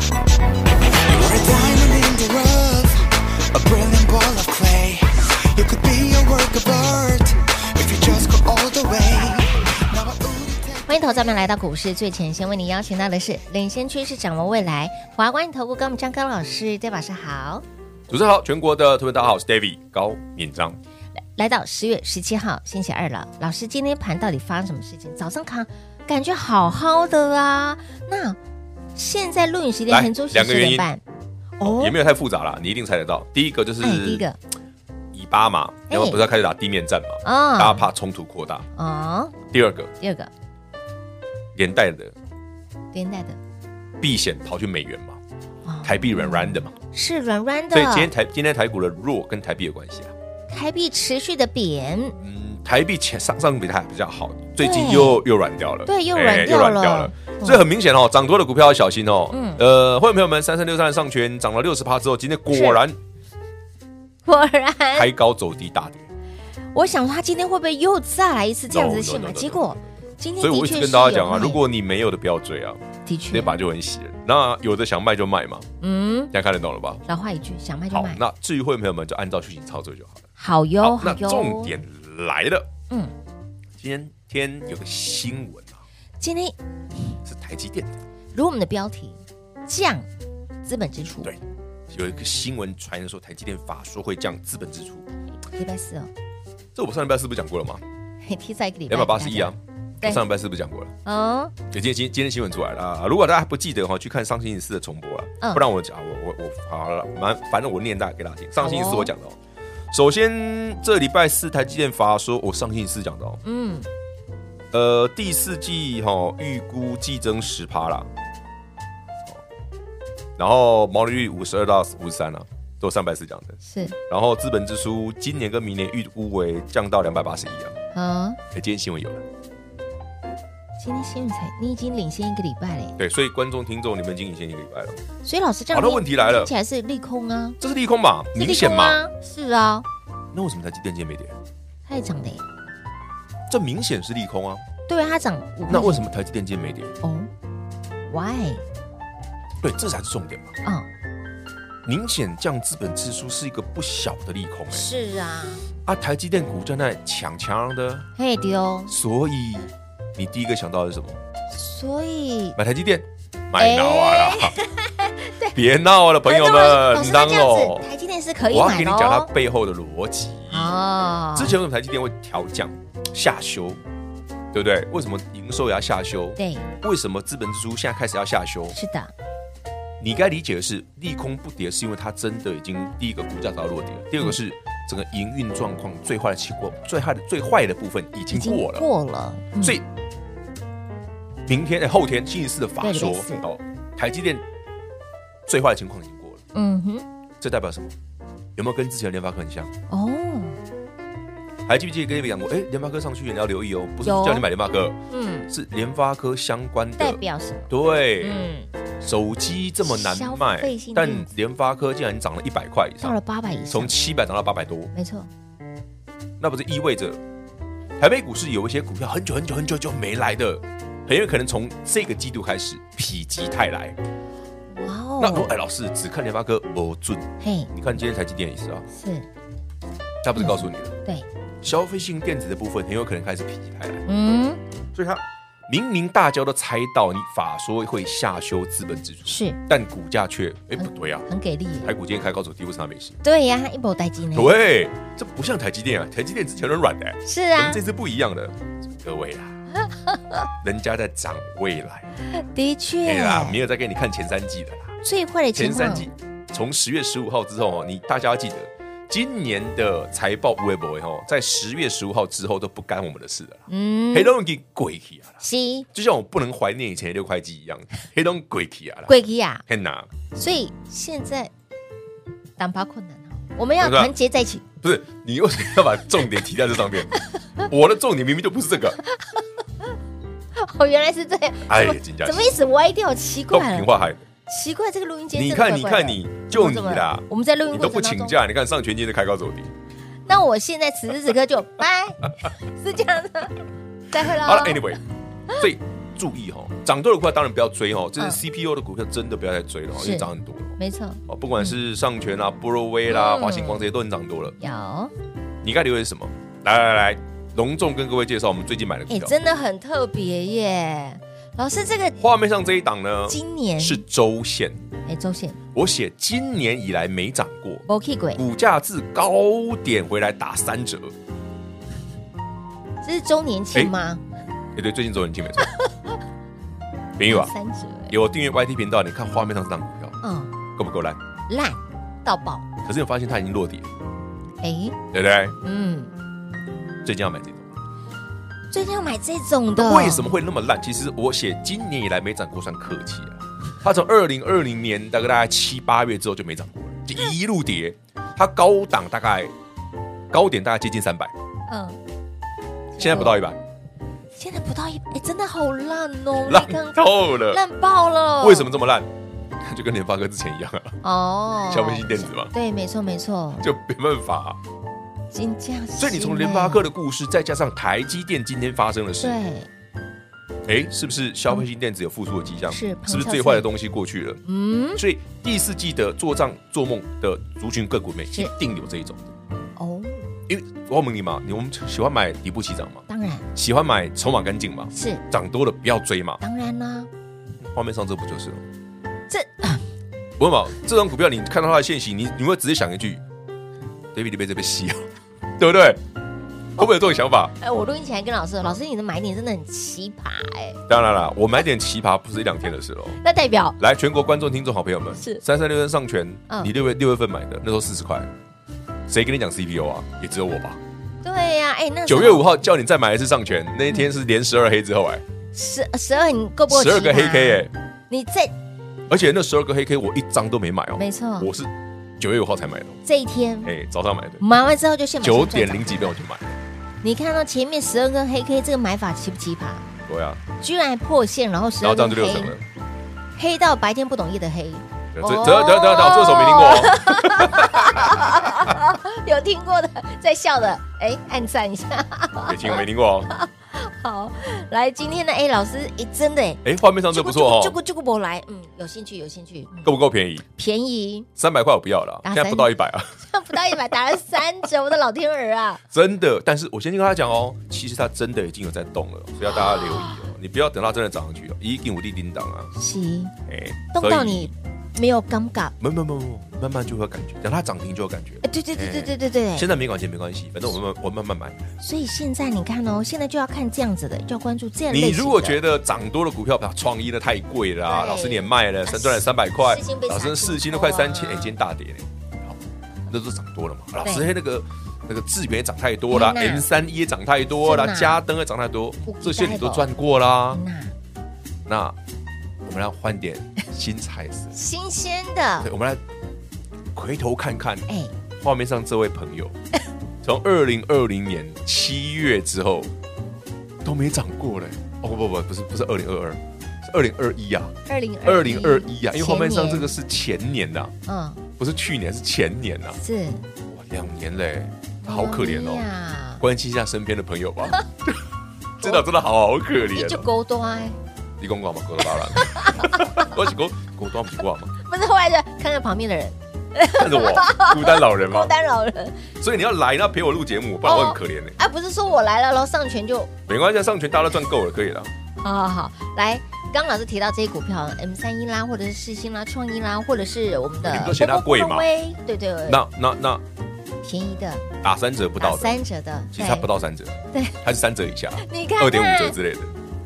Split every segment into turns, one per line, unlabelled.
You're a diamond in the rough, a brilliant ball of clay. You could be a work of art if you just go all the way. Now I only take
欢迎投资者们来到股市最前线，为您邀请到的是领先趋势、掌握未来华冠投顾高敏章高老师，大家晚上好。
主持人好，全国的特别大家好，我是 David 高敏章。
来到十月十七号星期二了，老师，今天盘到底发生什么事情？早上看感觉好好的啊，那现在录影时间
来
很准时
两
十
个原
点
因
半
也
哦
没有太复杂啦，你一定猜得到。第一个就是
哎，第一个
以巴嘛，
哎
然后不是要开始打地面战嘛，
啊
大家怕冲突扩大。
哦，
第二个
第二个
连带的
连带的
避险跑去美元嘛，
哦啊
台币软软的嘛，
是软软的，
所以今天台今天台股的弱跟台币有关系啊。
台币持续的贬，
嗯，台币前上上个礼拜还比较好，最近
对
又又软掉了，
对又
哎
软掉了嗯
所以很明显哦，涨多的股票要小心哦。
嗯
呃，会员朋友们，三三六三的上权涨了六十趴之后，今天
是
果然
果然，
开高走低大跌。
我想说他今天会不会又再来一次这样子的
No, no,
戏
no,
码？
no, no.
结果今天
所以我
的
一直
确
跟
是
大家讲啊，
有卖嗯
如果你没有的不要追啊，
的
那
确，
把就很洗了。那有的想卖就卖嘛，
嗯，
大家看得懂了吧？
老话一句，想卖就
好
卖，，
那至于会员朋友们就按照剧情操作就好了。
好哟，
那
好哟。
重点来了，
嗯，
今天有个新闻啊，
今天
是台积电的，
如我们的标题降资本支出，
对，有一个新闻传言说台积电法说会降资本支出，
礼拜四哦，
这我上礼拜是不是讲过了吗？
嘿提早一个礼拜，
两百八十一啊，
对
我上礼拜是不是讲过了？
哦，
对，今天今今天新闻出来了啊！如果大家不记得哈，去看上星期四的重播
嗯
啊，不然我讲我我我好了，蛮反正我念大家给大家听。上星期
好
四
哦
我讲的哦，首先这礼拜四台积电发说，我上星期四讲的哦，
嗯，
呃，第四季哈预估季增十趴啦，哦然后毛利率五十二到五十三啊，都上百四讲的，
是，
然后资本支出今年跟明年预估为降到两百八十一啊，
哦，
哎，今天新闻有了。
今天新闻才，你已经领先一个礼拜嘞，
对，所以观众、听众，你们已经领先一个礼拜了，
所以老师这样
好那
听
问题来了
听起来是利空啊，
这是利空嘛，
是利
明显
空
嘛。
啊，是啊，
那为什么台积电今天没跌？
它也涨嘞，
这明显是利空啊。
对啊，它涨五，
那为什么台积电今天没跌？
哦，why？
对，这才是重点嘛。
哦，
明显降资本支出是一个不小的利空哎、
是啊，
啊，台积电股在那抢强的，
嘿丢，
所以你第一个想到的是什么？
所以
买台积电？买闹啊啦！
哎
别闹了，朋友
老
们
师，，
当
那这样
哦
子，台积电是可以
我要
买
给你
的
讲它
哦，
背后的逻辑。
哦，
之前为什么台积电会调降下修，对不对？为什么营收也要下修？
对，
为什么资本支出现在开始要下修？
是的，
你该理解的是，利空不跌是因为它真的已经第一个股价找到落底了，第二个是整个营运状况最坏的期过，最坏的最坏的部分已
已
经
经
过了，
过了，嗯
所以明天、哎后天星期四的法
对礼
说
拜四
哦，台积电最坏的情况已经过了，
嗯哼，
这代表什么？有没有跟之前的联发科很像？
哦。
还记不记得跟你们讲过？哎，联发科上去你要留意哦，不是
有
叫你买联发科，
嗯，
是联发科相关
代
的。
表什么？
对，
嗯，
手机这么难
消
卖
费性，
但
电子
联发科竟然涨了一百块以
到了
上，
八百以上
从，七百涨到八百多，
没错，
那不是意味着台北股市有一些股票很久很久很久就没来的，很有可能从这个季度开始否极泰来。
哇
那如果哎，
哦，
老师只看联发科不准，
嘿，
你看今天台积电也是啊，
是，
他不是告诉你了，
对，
消费性电子的部分很有可能开始否极泰来，
嗯，
所以它明明大家都猜到你法说会下修资本支出，
是
但股价却哎不对啊，
嗯很给力耶，
台股今天开高走低，为什么它没事？
对呀，一波待机呢，
对，这不像台积电啊，台积电之前很软的、欸，
嗯是
我
啊
们这，次不一样的。各位啊，人家在涨未来，
的
哎
确，
呀，没有再给你看前三季的啦。
最坏的情
前三
况，
季从十月十五号之后哦，你大家要记得，今年的财报微博哦，在十月十五号之后都不干我们的事了啦，
嗯，
黑龙给鬼去啊啦！
西
就像我不能怀念以前的六块肌 一样，黑龙鬼去啊啦！
贵基亚，
天哪，
所以现在挡把困难哦，我们要
不是啊
团结在一起，
不是你为什么要把重点提在这上面？我的重点明明就不是这个，
啊哦，原来是这样，怎
哎
么
真的是
怎么一直歪掉？奇
都
怪
平
了，
化海。
奇怪，这个录音间
你
真的
看，你
怪怪
看，
的
你就你
怎么
啦
了，我们在录音
你
过程
都不
当
请
中，
假，你看上全天就开高走低。
那我现在此时此刻就 拜，是这样的，再会了。
好了，Anyway，所以注意哈，涨多的股票当然不要追哦，这
嗯
是 CPU 的股票真的不要再追了哦，
是
因为涨很多了。
没错，
哦，不管是上权啦、波若威啦、
嗯
华星光这些都很涨多了。
有，哎
你该留言是什么？来来来，隆重跟各位介绍我们最近买的股
哎，
票。
真的很特别耶。老师，这个
画面上这一档呢
今年
嗯是周线，
哎周线
我写今年以来没涨过，
b o k 鬼，
股价自高点回来打三折。
这是周年庆吗？
哎，对，最近周年庆 没错。朋友啊，
三折，哎
有订阅 YT 频道，你看画面上这档股票
嗯，
够不够烂？
烂到爆，
可是你发现它已经落底了，
哎，
对不对？
嗯，
最近要买这种，
最近要买这种的，
为什么会那么烂？其实我写今年以来没涨过，算客气啊。它从二零二零年大概大概七八月之后就没涨过了，就一路跌。它高档大概高点大概接近三百，
嗯，
现在不到一百，
现在不到一，哎，真的好烂哦，
烂
你看
透了。
烂爆了，
为什么这么烂？ 就跟联发科之前一样啊，
哦，
消费性电子嘛，
对，没错没错，
就没办法啊、
金价，
所以你从联发科的故事，再加上台积电今天发生的事，
对，
哎，是不是消费性电子有复苏的迹象？
嗯是旁
是不是
敲
最
侧
坏的东西过去了？
嗯。
所以第四季的做账做梦的族群个股里面
是
一定有这一种，
哦，
因为我问你嘛，你我们喜欢买底部起涨嘛，
当然
喜欢买筹码干净嘛，
是，
涨多了不要追嘛，
当然啦，
画面上这不就是了？
这
我问嘛，这种股票你看到它的现形，你你会直接想一句，David 你被这边吸啊， 对不对？会不会有这种想法？
哎，我录音起来跟老师说，老师你的买点真的很奇葩哎，
当然啦，我买点奇葩不是一两天的事喽。
那代表
来，全国观众、听众、好朋友们，
是
三三六三上权，
嗯
你六月六月份买的，那时候四十块，谁跟你讲 CPU 啊？也只有我吧。
对呀，哎，那时
九
候
月五号叫你再买一次上权，那一天是连十二黑之后、哎，
十十二你够不够？
十二个黑 K 哎、，
你这
而且那十二个黑 K 我一张都没买哦，
没错
我是九月五号才买的哦，
这一天
哎、早上买的，
买完之后就现买
九
现赚
点零几分我就买了，
涨，你看到前面十二根黑 K 这个买法奇不奇葩？
对啊，
居然还破线，然后十
然后
二
这样
根
就
黑
六成了，
黑到白天不懂夜的黑，
对
哦
这得得得得，这首没听过哦，
有听过的在笑的，哎，按赞一下。
没听过没听过哦，
好，来今天的哎，老师哎，真的哎，
哎、画面上这不错
就
哦，
不就不不来，嗯，有兴趣有兴趣，嗯
够不够便宜？
便宜，
三百块我不要了啊，
打
现在不到一百啊，
不到一百打了三折，我的老天儿 啊！
真的。但是我先跟大家讲哦，其实它真的已经有在动了，所以要大家留意
啊
哦，你不要等它真的涨上去哦，一定五力叮当啊，
是
哎、
动
所
到
以
你没有尴尬，
没没没没，慢慢就会有感觉，等它涨停就有感觉。
哎，对对对对对对对
现在没关系，没关系，反正我慢慢我慢慢买。
所以现在你看哦，现在就要看这样子的，就要关注这样类
你
型的。
如果觉得涨多的股票，把创意的太贵了啊，
对
老师你也卖了，三赚了三百块
四星被，
老
杀
师四星都
过
快
啊
三千，哎，今天大跌嘞，好，那都涨多了嘛。老师
对
嘿那个那个智源也涨太多了啊
天哪
，M 三 E 也涨太多
真，
了
的啊
嘉登也涨太多
我，不
这些你都
知道
赚过啦。
那
那我们来换点新菜 色，
新鲜
对，
的，
我们来回头看看
哎，
画面上这位朋友， 从二零二零年七月之后都没涨过嘞。哦不不不，不是不是二零二二，是二零二一啊，
二零
二零二一啊，因为画面上这
个
个是前年呐、
嗯
不是去年是前年呐、
是
哇，两年嘞，他好可怜
哎
哦。
呀
关心一下身边的朋友 吧，真的真的好可
你
怜
就
哦。
狗多哎，
你讲我嘛，狗都巴了， 我是狗狗端不挂嘛，
不是后来就看看旁边的人，
看着我孤单老人嘛
孤，单老人
所以你要来，那陪我录节目，不然我很可怜嘞。
啊，不是说我来了，然后上拳就
没关系啊，上权大家都赚够了，可以了。
好好好，来，刚老师提到这些股票，M 三一啦，或者是世星啦、创意啦，或者是我们的
你们
波
都嫌它
波
贵
波
嘛
威对对，
那那那
便宜的，
打三折不
打
到的，
三折的，
其实它不到三折，
对，
它是三折以下，
你看看
二点五折之类的。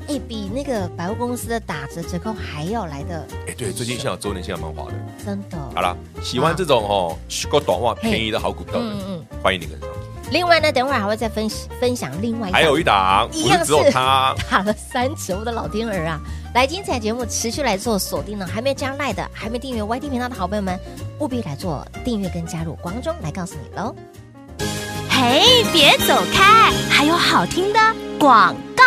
对，哎，比那个百货公司的打折折扣还要来的，
哎，对，最近像有周年庆还蛮划的。
真的。哦
好啦，喜欢这种哦，虚构短袜
嗯嘿
便宜的好股票
嗯
的
嗯，
欢迎你跟上。
另外呢，等会儿还会再分析分享另外一档
还有一档，
一
不
样
是
是
只有它，
打了三折，我的老天儿啊！来，精彩节目持续来做锁定呢，还没有加赖的，还没订阅 YT 频道的好朋友们，务必来做订阅跟加入，光中来告诉你喽。
嘿，别走开，还有好听的广告。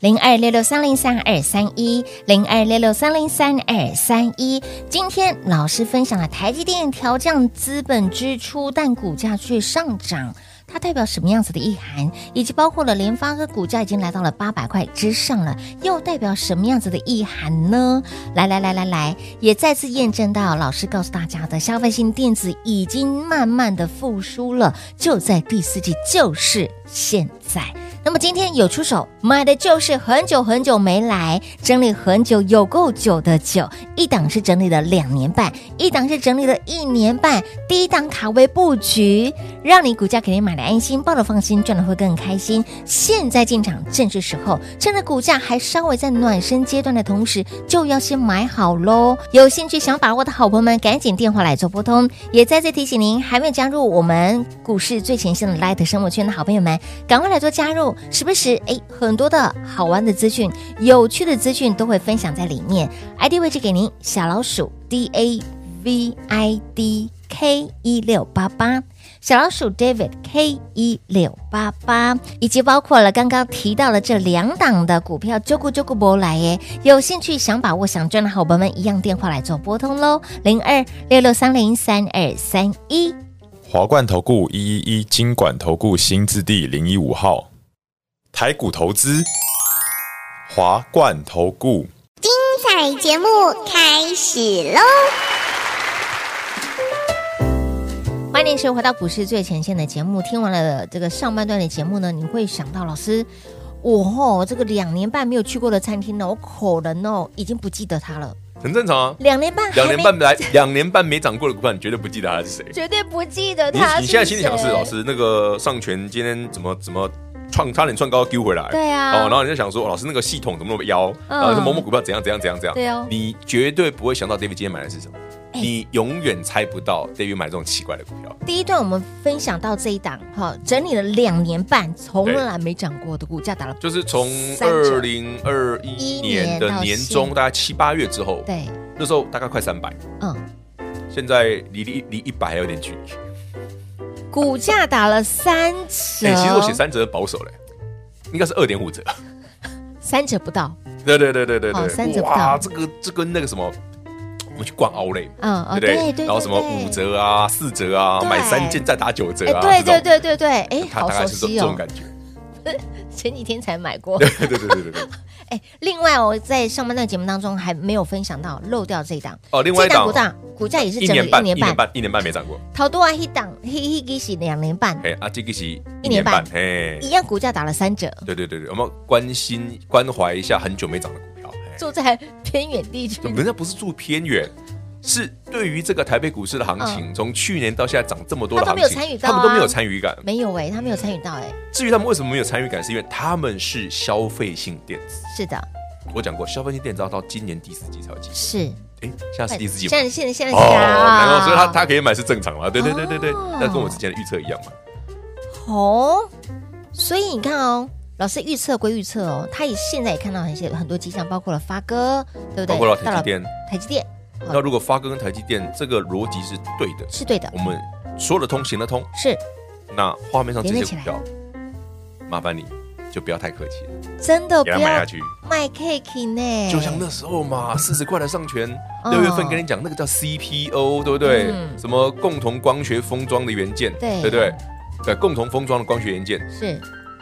零二六六三零三二三一，零二六六三零三二三一。今天老师分享了台积电调降资本支出，但股价却上涨，它代表什么样子的意涵？以及包括了联发科股价已经来到了八百块之上了，又代表什么样子的意涵呢？来来来来来，也再次验证到老师告诉大家的，消费性电子已经慢慢的复苏了，就在第四季，就是现在。那么今天有出手买的就是很久很久没来，整理很久有够久的久，一档是整理了两年半，一档是整理了一年半，第一档卡位布局，让你股价肯定买的安心，抱的放心，赚的会更开心。现在进场正是时候，趁着股价还稍微在暖身阶段的同时，就要先买好喽。有兴趣想把握的好朋友们，赶紧电话来做拨通。也再次提醒您，还没有加入我们股市最前线的 Light 生活圈的好朋友们，赶快来做加入，时不时哎，很多的好玩的资讯、有趣的资讯都会分享在里面。ID 位置给您，小老鼠 D A V I D K 一六八八。小老鼠 David K 一六八八，以及包括了刚刚提到了这两档的股票，就顾就顾博来耶，有兴趣想把握想赚的好朋友们，一样电话来做拨通喽，零二六六三零三二三一。
华冠投顾一一一金管投顾新字第零一五号，台股投资，华冠投顾。
彩节目开始喽！
欢迎收回到股市最前线的节目。听完了这个上半段的节目呢，你会想到老师，我哦这个两年半没有去过的餐厅呢，我可能哦已经不记得它了。
很正常啊。
两年半，
两年 半，来，两年半没涨过的股票，你绝对不记得它是谁。
绝对不记得
你
它
你现在
是
心里想是
谁
老师那个上权今天怎么怎么创差点创高丢回来，
对啊
哦，然后你就想说哦老师那个系统怎么那么妖，
嗯
然后说某某股票怎样怎样怎样怎样，
对哦哎
你绝对不会想到 David 今天买的是什么，你永远猜不到 David 买这种奇怪的股票，
第一段我们分享到这一档，哈，整理了两年半，从来没涨过的股价打了，
就是从
三折
二零二一年
一年
的
到
年
现
中大概七八月之后，
对，
那时候大概快三百，
嗯，
现在离离离一百还有点距离。
股价打了三折，
哎，其实我写三折保守嘞，应该是二点五折。
三折不到，
对对对对对
哦
对，
三折不到
哇，这个这跟那个什么，我们去逛 o u l
嗯嗯，
对不
对对
对？
对，
然后什么
对
五，折啊、四折啊，
对
买三件再打九折啊，
哎，对对
这
对
种，
对对，哎，
它
好
大概
熟
是这
悉
这
哦，
种感觉。
前几天才买过。
对对对对 对对。
哎，另外我在上半段节目当中还没有分享到，漏掉这一档，
哦，另外一档
这档股价股价也是
一
整理
年半，一
年
年
半，
半，一年半没涨过。
逃多啊一档，嘿嘿嘿，是两年半，
哎，啊，这个是
一
一
年
年
半
半，哎
一，样股价打了三折，
对对对对，我们关心关怀一下很久没涨的股票。哎
住在偏远地区，
人家不是住偏远，是对于这个台北股市的行情，从去年到现在涨这么多的
嗯他都没有
行情
参与，到
他们都没
啊
有参与感。
没有哎，他没有参与到哎，
至于他们为什么没有参与感，是因为他们是消费性电子。
是的，
我讲过，消费性电子要到今年第四季才有结束。
是。
哎，现在是第四季吗
现在现在现在是
哦，
啊，
然后所以他他可以买是正常了，对对对对对
哦，
那跟我之前的预测一样嘛。
哦，所以你看哦，老师预测归预测哦，他也现在也看到很些很多迹象，包括了发哥，对不对？
包括了台积
到
电
台积电
那如果发哥跟台积电这个逻辑是对的，
是对的
我，们说得通行得通，
是
那画面上这
连得起
些股票，麻烦你就不要太客气了，
真的不
给它买
要
下去。
卖 cake 呢，
就像那时候
嗯
嘛，四十块的上权，
哦
六月份跟你讲那个叫 CPO，对不对？
嗯
什么共同光学封装的元件，
对
不对？对，共同封装的光学元件，
是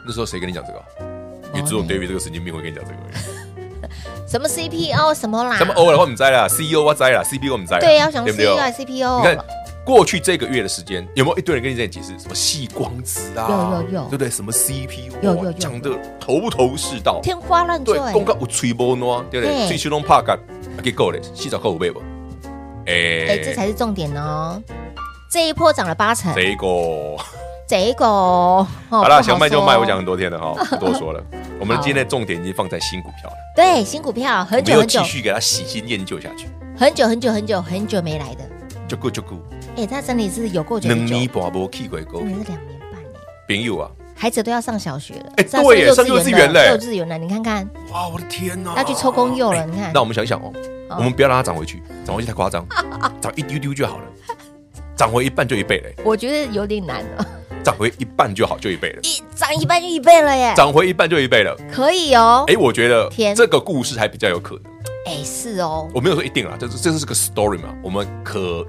那时候谁跟你讲这个？
没
也只有 David 这个神经病会跟你讲这个而已。
什么 CPO 什么啦，
什么 O 了我们摘啦，CEO 我摘啦，CPO 我们摘啦，
对，要想
对不对
CPU 啊 CPO，
你看过去这个月的时间，有没有一堆人跟你在解释什么细光子
有
啊？
有有
对不对？什么 CPU，
有有有
啊讲的头头是道，
天花乱坠
对，，公告有吹波喏，对不
对
对？最凶拢啊怕干，结果嘞，洗澡够有背不？哎
哎，这才是重点哦，这一波涨了八成，
这个
这个哦
好了，
不
想卖就
说
卖，我讲很多天了哈，不 多说了。我们今天的重点已经放在新股票了，
对新股票
我
很
们
久
又
很
继
久
续给它喜新厌旧下去，
很久很久很久很久没来的，
就够就够。
哎，它真的是有够久
两
很久，
年半无去过股
真的是
票，
两年半哎，
朋友啊，
孩子都要上小学了，
哎
上
对耶上幼稚园嘞
了，幼稚园了，你看看
哇，我的天哪
要去抽公幼了，你看
哎那我们想想哦，
哦
我们不要让它涨回去，涨回去太 夸张，涨一丢丢就好了，涨回一半就一倍嘞，
我觉得有点难了，
涨回一半就好，就一倍了，
一涨一倍就一倍了耶，
涨回一半就一倍了。
可以哦，
哎，我觉得
天
这个故事还比较有可能。
哎是哦，
我没有说一定啦，这是这是个 story 嘛，我们可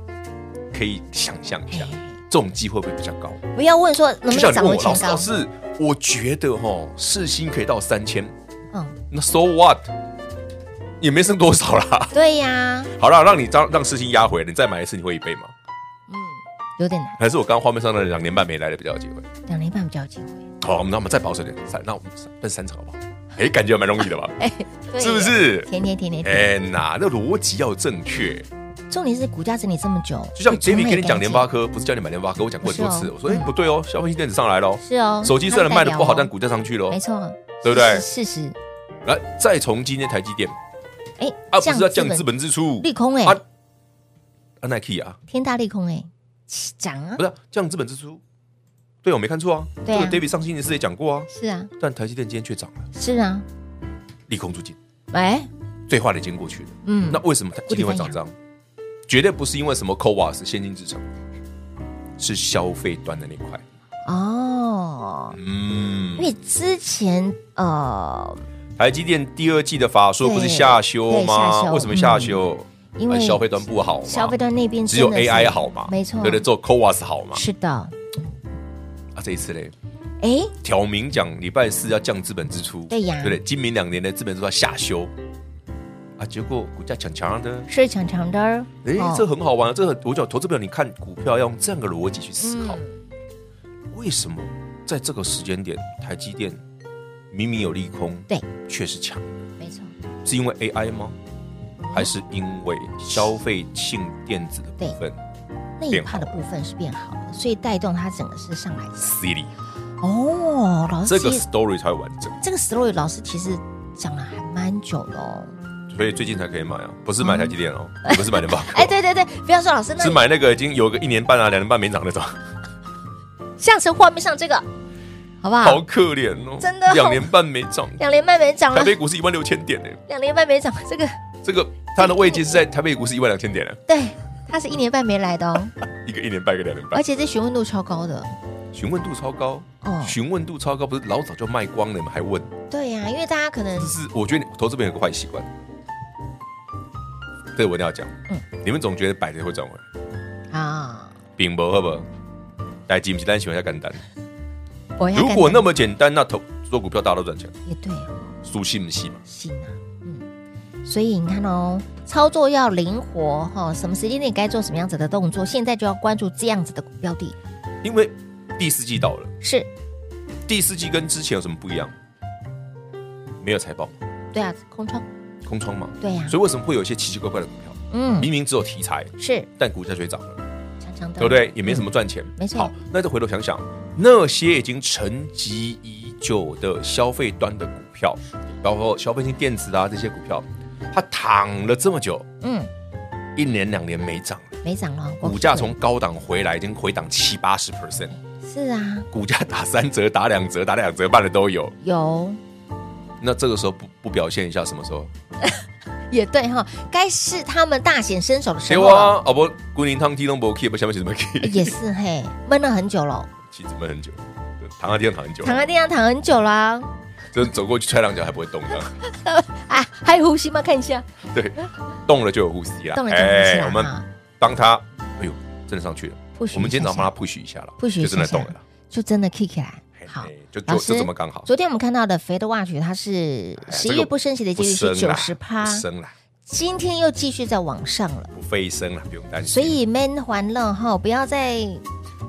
可以想象一下，
哎
这种机会会比较高。
不要问说能
就
不能
像你
涨
问
回
我老
前
师，
高
老，师，我觉得哈，世新可以到三千，
嗯，
那 so what？也没剩多少啦。
对呀，
好啦，让你让让世新压回，你再买一次，你会一倍吗？
有点难，
还是我刚刚画面上的两年半没来的比较有机会？
两年半比较有机会，
好，我们那我们再保守点，三，那我们三奔三场好 不好？哎，感觉蛮容易的吧？
哎对
是不
耶？
是？
甜甜甜甜甜，
哎呐，那逻辑要正确。
重点是股价整理这么久，
就像
会整
David
理
跟你讲
干净
联发科，不是叫你买联发科，我讲过很多
不是哦
次。我说，哎，
嗯
不对哦，消费性电子上来了，
是哦，
手机虽然卖的不好，
它是
但
代表哦
股价上去了哦
没。错，啊
对不对
事实，事实
来，再从今天台积电
哎，
啊，不是要降
本
资本支出，
利空哎，
啊啊，Nike 啊，
天大利空哎，起涨啊
不，是啊降资本支出，对我没看错啊。
对啊
这个 David 上星期四也讲过啊，
是啊，
但台积电今天却涨了，
是啊，
利空出尽，
哎，
最坏的已经过去了。
嗯
那，为什么它今天会涨涨？绝对不是因为什么 COVAS 现金支撑，是消费端的那块。
哦，
嗯
因，为之前呃，
台积电第二季的法说不是下修
对对下
吗？
修嗯
为什么下修？
因为
呃消费端不好嘛，
消费端那边
只有
真的是
AI 好嘛，
没错，
对对，只有 CoWAS 好嘛。
是的，
啊，这一次嘞，
哎，
挑明讲礼拜四要降资本支出，
对呀
对不对？今明两年的资本支出要下修啊，结果股价强强的，
是强强的儿，
哎
哦，
这很好玩啊，这很，我讲投资朋友，你看股票要用这样的逻辑去思考，
嗯
为什么在这个时间点，台积电明明有利空，
对，
却是强，
没错，
是因为 AI 吗？还是因为消费性电子的部分
那一
变
趴的
好
部分是变好了，所以带动它整个是上来的。
？Siri
哦，老师
这个
其实
story 才完整，
这个 story 老师其实讲了还蛮久的哦。
所以最近才可以买啊，不是买台积 电哦，也不是买联发科，
哎，对对对，不要说老师，那
是
你
买那个已经有个一年半啊、两年半没涨那种，
下层画面上这个，好不好？
好可怜
啊
哦，
真的好
两年半没涨。
两连麦没涨
台
了，
北股市一万六千点呢，
两连麦没涨， 这个
这个它的位阶是在台北股市一万两千点呢，
对，他是一年半没来的哦，
一个一年半，一个两年半
而，且这询问度超高的。
询问度超高
哎哦，
询问度超高，不是老早就卖光了，你们还问？
对呀、因为大家可能
这是我觉得你投资朋友有个坏习惯，这个我一定要讲，你们总觉得摆着会赚回来，
啊，
并不好不好？来，吉姆奇丹喜欢下干单，
我要
如果哎那
么
么简单，那投做股票大家都赚钱，
也对，
输信不信嘛？
行啊，嗯，所以你看哦，操作要灵活哈、哦，什么时间点该做什么样子的动作，现在就要关注这样子的标的，
因为第四季到了。
是
第四季跟之前有什么不一样？没有财报嘛，
对啊，空窗，
空窗嘛。
对呀、
所以为什么会有一些奇奇怪怪的股票？
嗯，
明明只有题材，
是
但股价却涨了，
强强的，
对不对？也没什么赚钱。
没错
好，那再回头想想，那些已经沉寂已久的消费端的股票，包括消费性电子啊这些股票，它躺了这么久，
嗯？
一年两年没涨，
嗯，没涨了，
股价从高档回来，已经回档七八十 percent，
是啊，
股价打三折、打两折、打两折半的都有。
有
那这个时候不不表现一下，什么时候？
也对哈、该是他们大显身手的时
对
候了。
啊，啊不，龟苓汤、鸡拢无 keep，下面是什么 keep？
也是嘿，闷了很久了，
其实闷很久，对躺在地上躺很久，
躺在地上躺很久啦，
就是走过去踹两脚还不会动这样，
啊，还有呼吸吗？看一下，
对，动了就有呼吸啦。
动了就有呼吸啦啊
哎我们
哈
帮他，哎呦，真的上去了。
push
我们今天早上
一
帮他
下
push 一下了
push
就
一
真的
下下
动了啦。
就真的 kick 起来。好
嘿，就
老
就
师
就这么刚好，
昨天我们看到的 Fed Watch，它是
哎
十
这
一
个
月不升息的几
不
率是
升
九
啦
十趴
不，升啦，
今天又继续在往上了，
不飞升啦，不用担心。
所以 man 还乐哈，不要再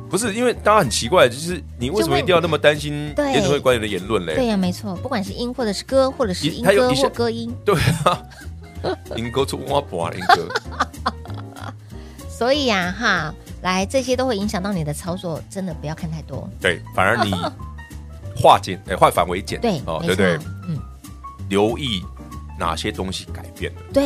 不是因为大家很奇怪，就是你为什么一定要那么担心
对
联储会官员的言论
对
嘞？
呀、没错，不管是音或者是歌，或者是
一
音
它有
歌
一些
或歌音，
对啊， 英哥出我盘，英哥
所以啊哈，来，这些都会影响到你的操作，真的不要看太多。
对，反而你化简，哎、化繁为简，
对，
哦，
没
对不对
错？，嗯，
留意哪些东西改变了？
对，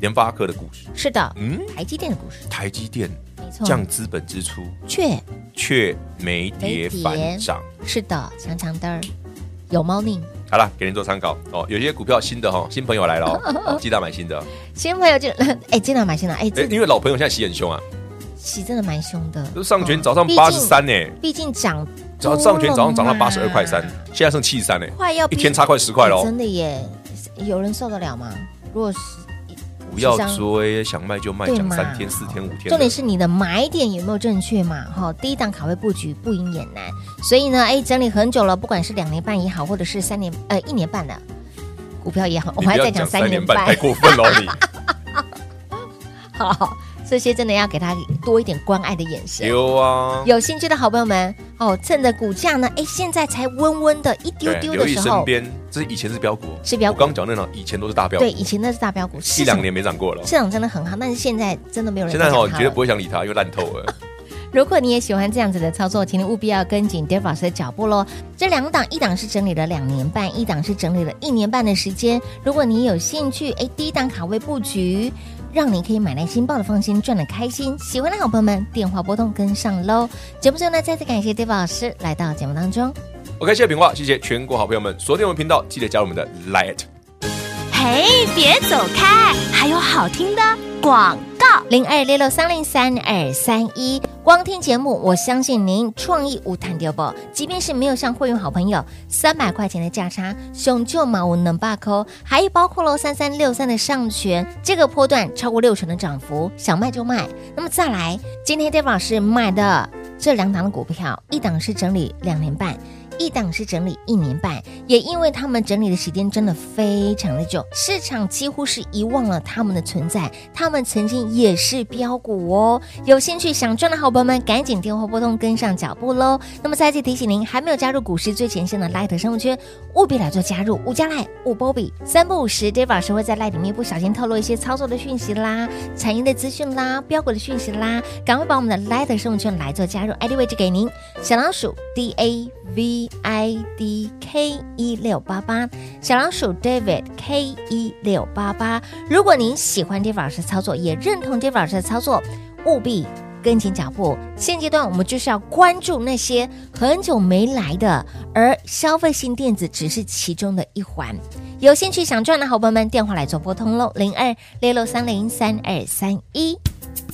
联发科的故事，
是的，
嗯，
台积电的股市，
台积电
没错，
降资本支出
确
却没
没
跌
跌
反涨。
是的，强强的儿，有猫腻。
好了，给您做参考哦。有些股票新的哈、哦，新朋友来了哦， 哦记得买新的。
新朋友就哎，进来买新的，哎，
哎、
这
因为老朋友现在洗很凶啊，
洗真的蛮凶的，
就是上权
嗯
早上
毕
八十
竟哦
三呢，
毕竟涨多了嘛，
早上权早上涨到八十二块三，现在剩七十三呢，
快啊哦要
一
逼
天差快十块
哎
喽。
真的耶，有人受得了吗？如果是
不要
智商
追，想卖就卖，
对
讲
嘛
三天四天五天。
重点是你的买点有没有正确嘛？哈、第一档卡位布局不赢也难，所以呢，哎，整理很久了，不管是两年半也好，或者是三年呃一年半的股票也好，我
你不
还
要
在
讲
讲
三
三
年
年
半，太
半，
过分了 你。
好，这些真的要给他多一点关爱的眼神。
有啊，
有兴趣的好朋友们哦，趁着股价呢，哎，现在才温温的一丢
对
丢
哎留
的
意
时
身
候，
边，这是以前是标股哦，
是标股
我刚讲那种以前都是大标股，
对，以前那是大标股，市
一
场
两年没涨过了。
市场真的很好，但是现在真的没有人
现在
再讲
哦，你
它
绝对
了
不会想理它，因为烂透了。
如果你也喜欢这样子的操作，请你务必要跟紧 Dave 老师的脚步喽。这两档，一档是整理了两年半，一档是整理了一年半的时间。如果你有兴趣，哎，第一档卡位布局。让你可以买来新，抱的放心，赚的开心。喜欢的好朋友们，电话拨通跟上喽。节目最后呢，再次感谢 Dave 老师来到节目当中。
OK，谢谢平话，谢谢全国好朋友们锁定我们频道，记得加入我们的 Light。
嘿，别走开，还有好听的广告。
零二六六三零三二三一。光听节目，我相信您创意无谈丢不？即便是没有像会员好朋友三百块钱的价差，熊就毛无能罢扣，还包括喽三三六三的上权，这个波段超过六成的涨幅，想卖就卖。那么再来，今天 Dave 老师卖的这两档的股票，一档是整理两年半。一档是整理一年半，也因为他们整理的时间真的非常的久，市场几乎是遗忘了他们的存在。他们曾经也是标股哦。有兴趣想赚的好朋友们，赶紧电话拨通，跟上脚步喽。那么再次提醒您，还没有加入股市最前线的 Light 生活圈，务必来做加入，无加赖，无波比，三不五十 d a v i d 老师会在 Light 里面不小心透露一些操作的讯息啦、产业的资讯啦、标股的讯息啦，赶快把我们的 Light 生活圈来做加入，ID 位置给您，小老鼠 D A V I D K 一六八八，小老鼠 David K 一六八八。如果您喜欢 David 老师的操作，也认同 David 老师的操作，务必跟紧脚步。现阶段我们就是要关注那些很久没来的，而消费性电子只是其中的一环。有兴趣想赚的好朋友们，电话来做拨通喽，零二六六三零三二三一。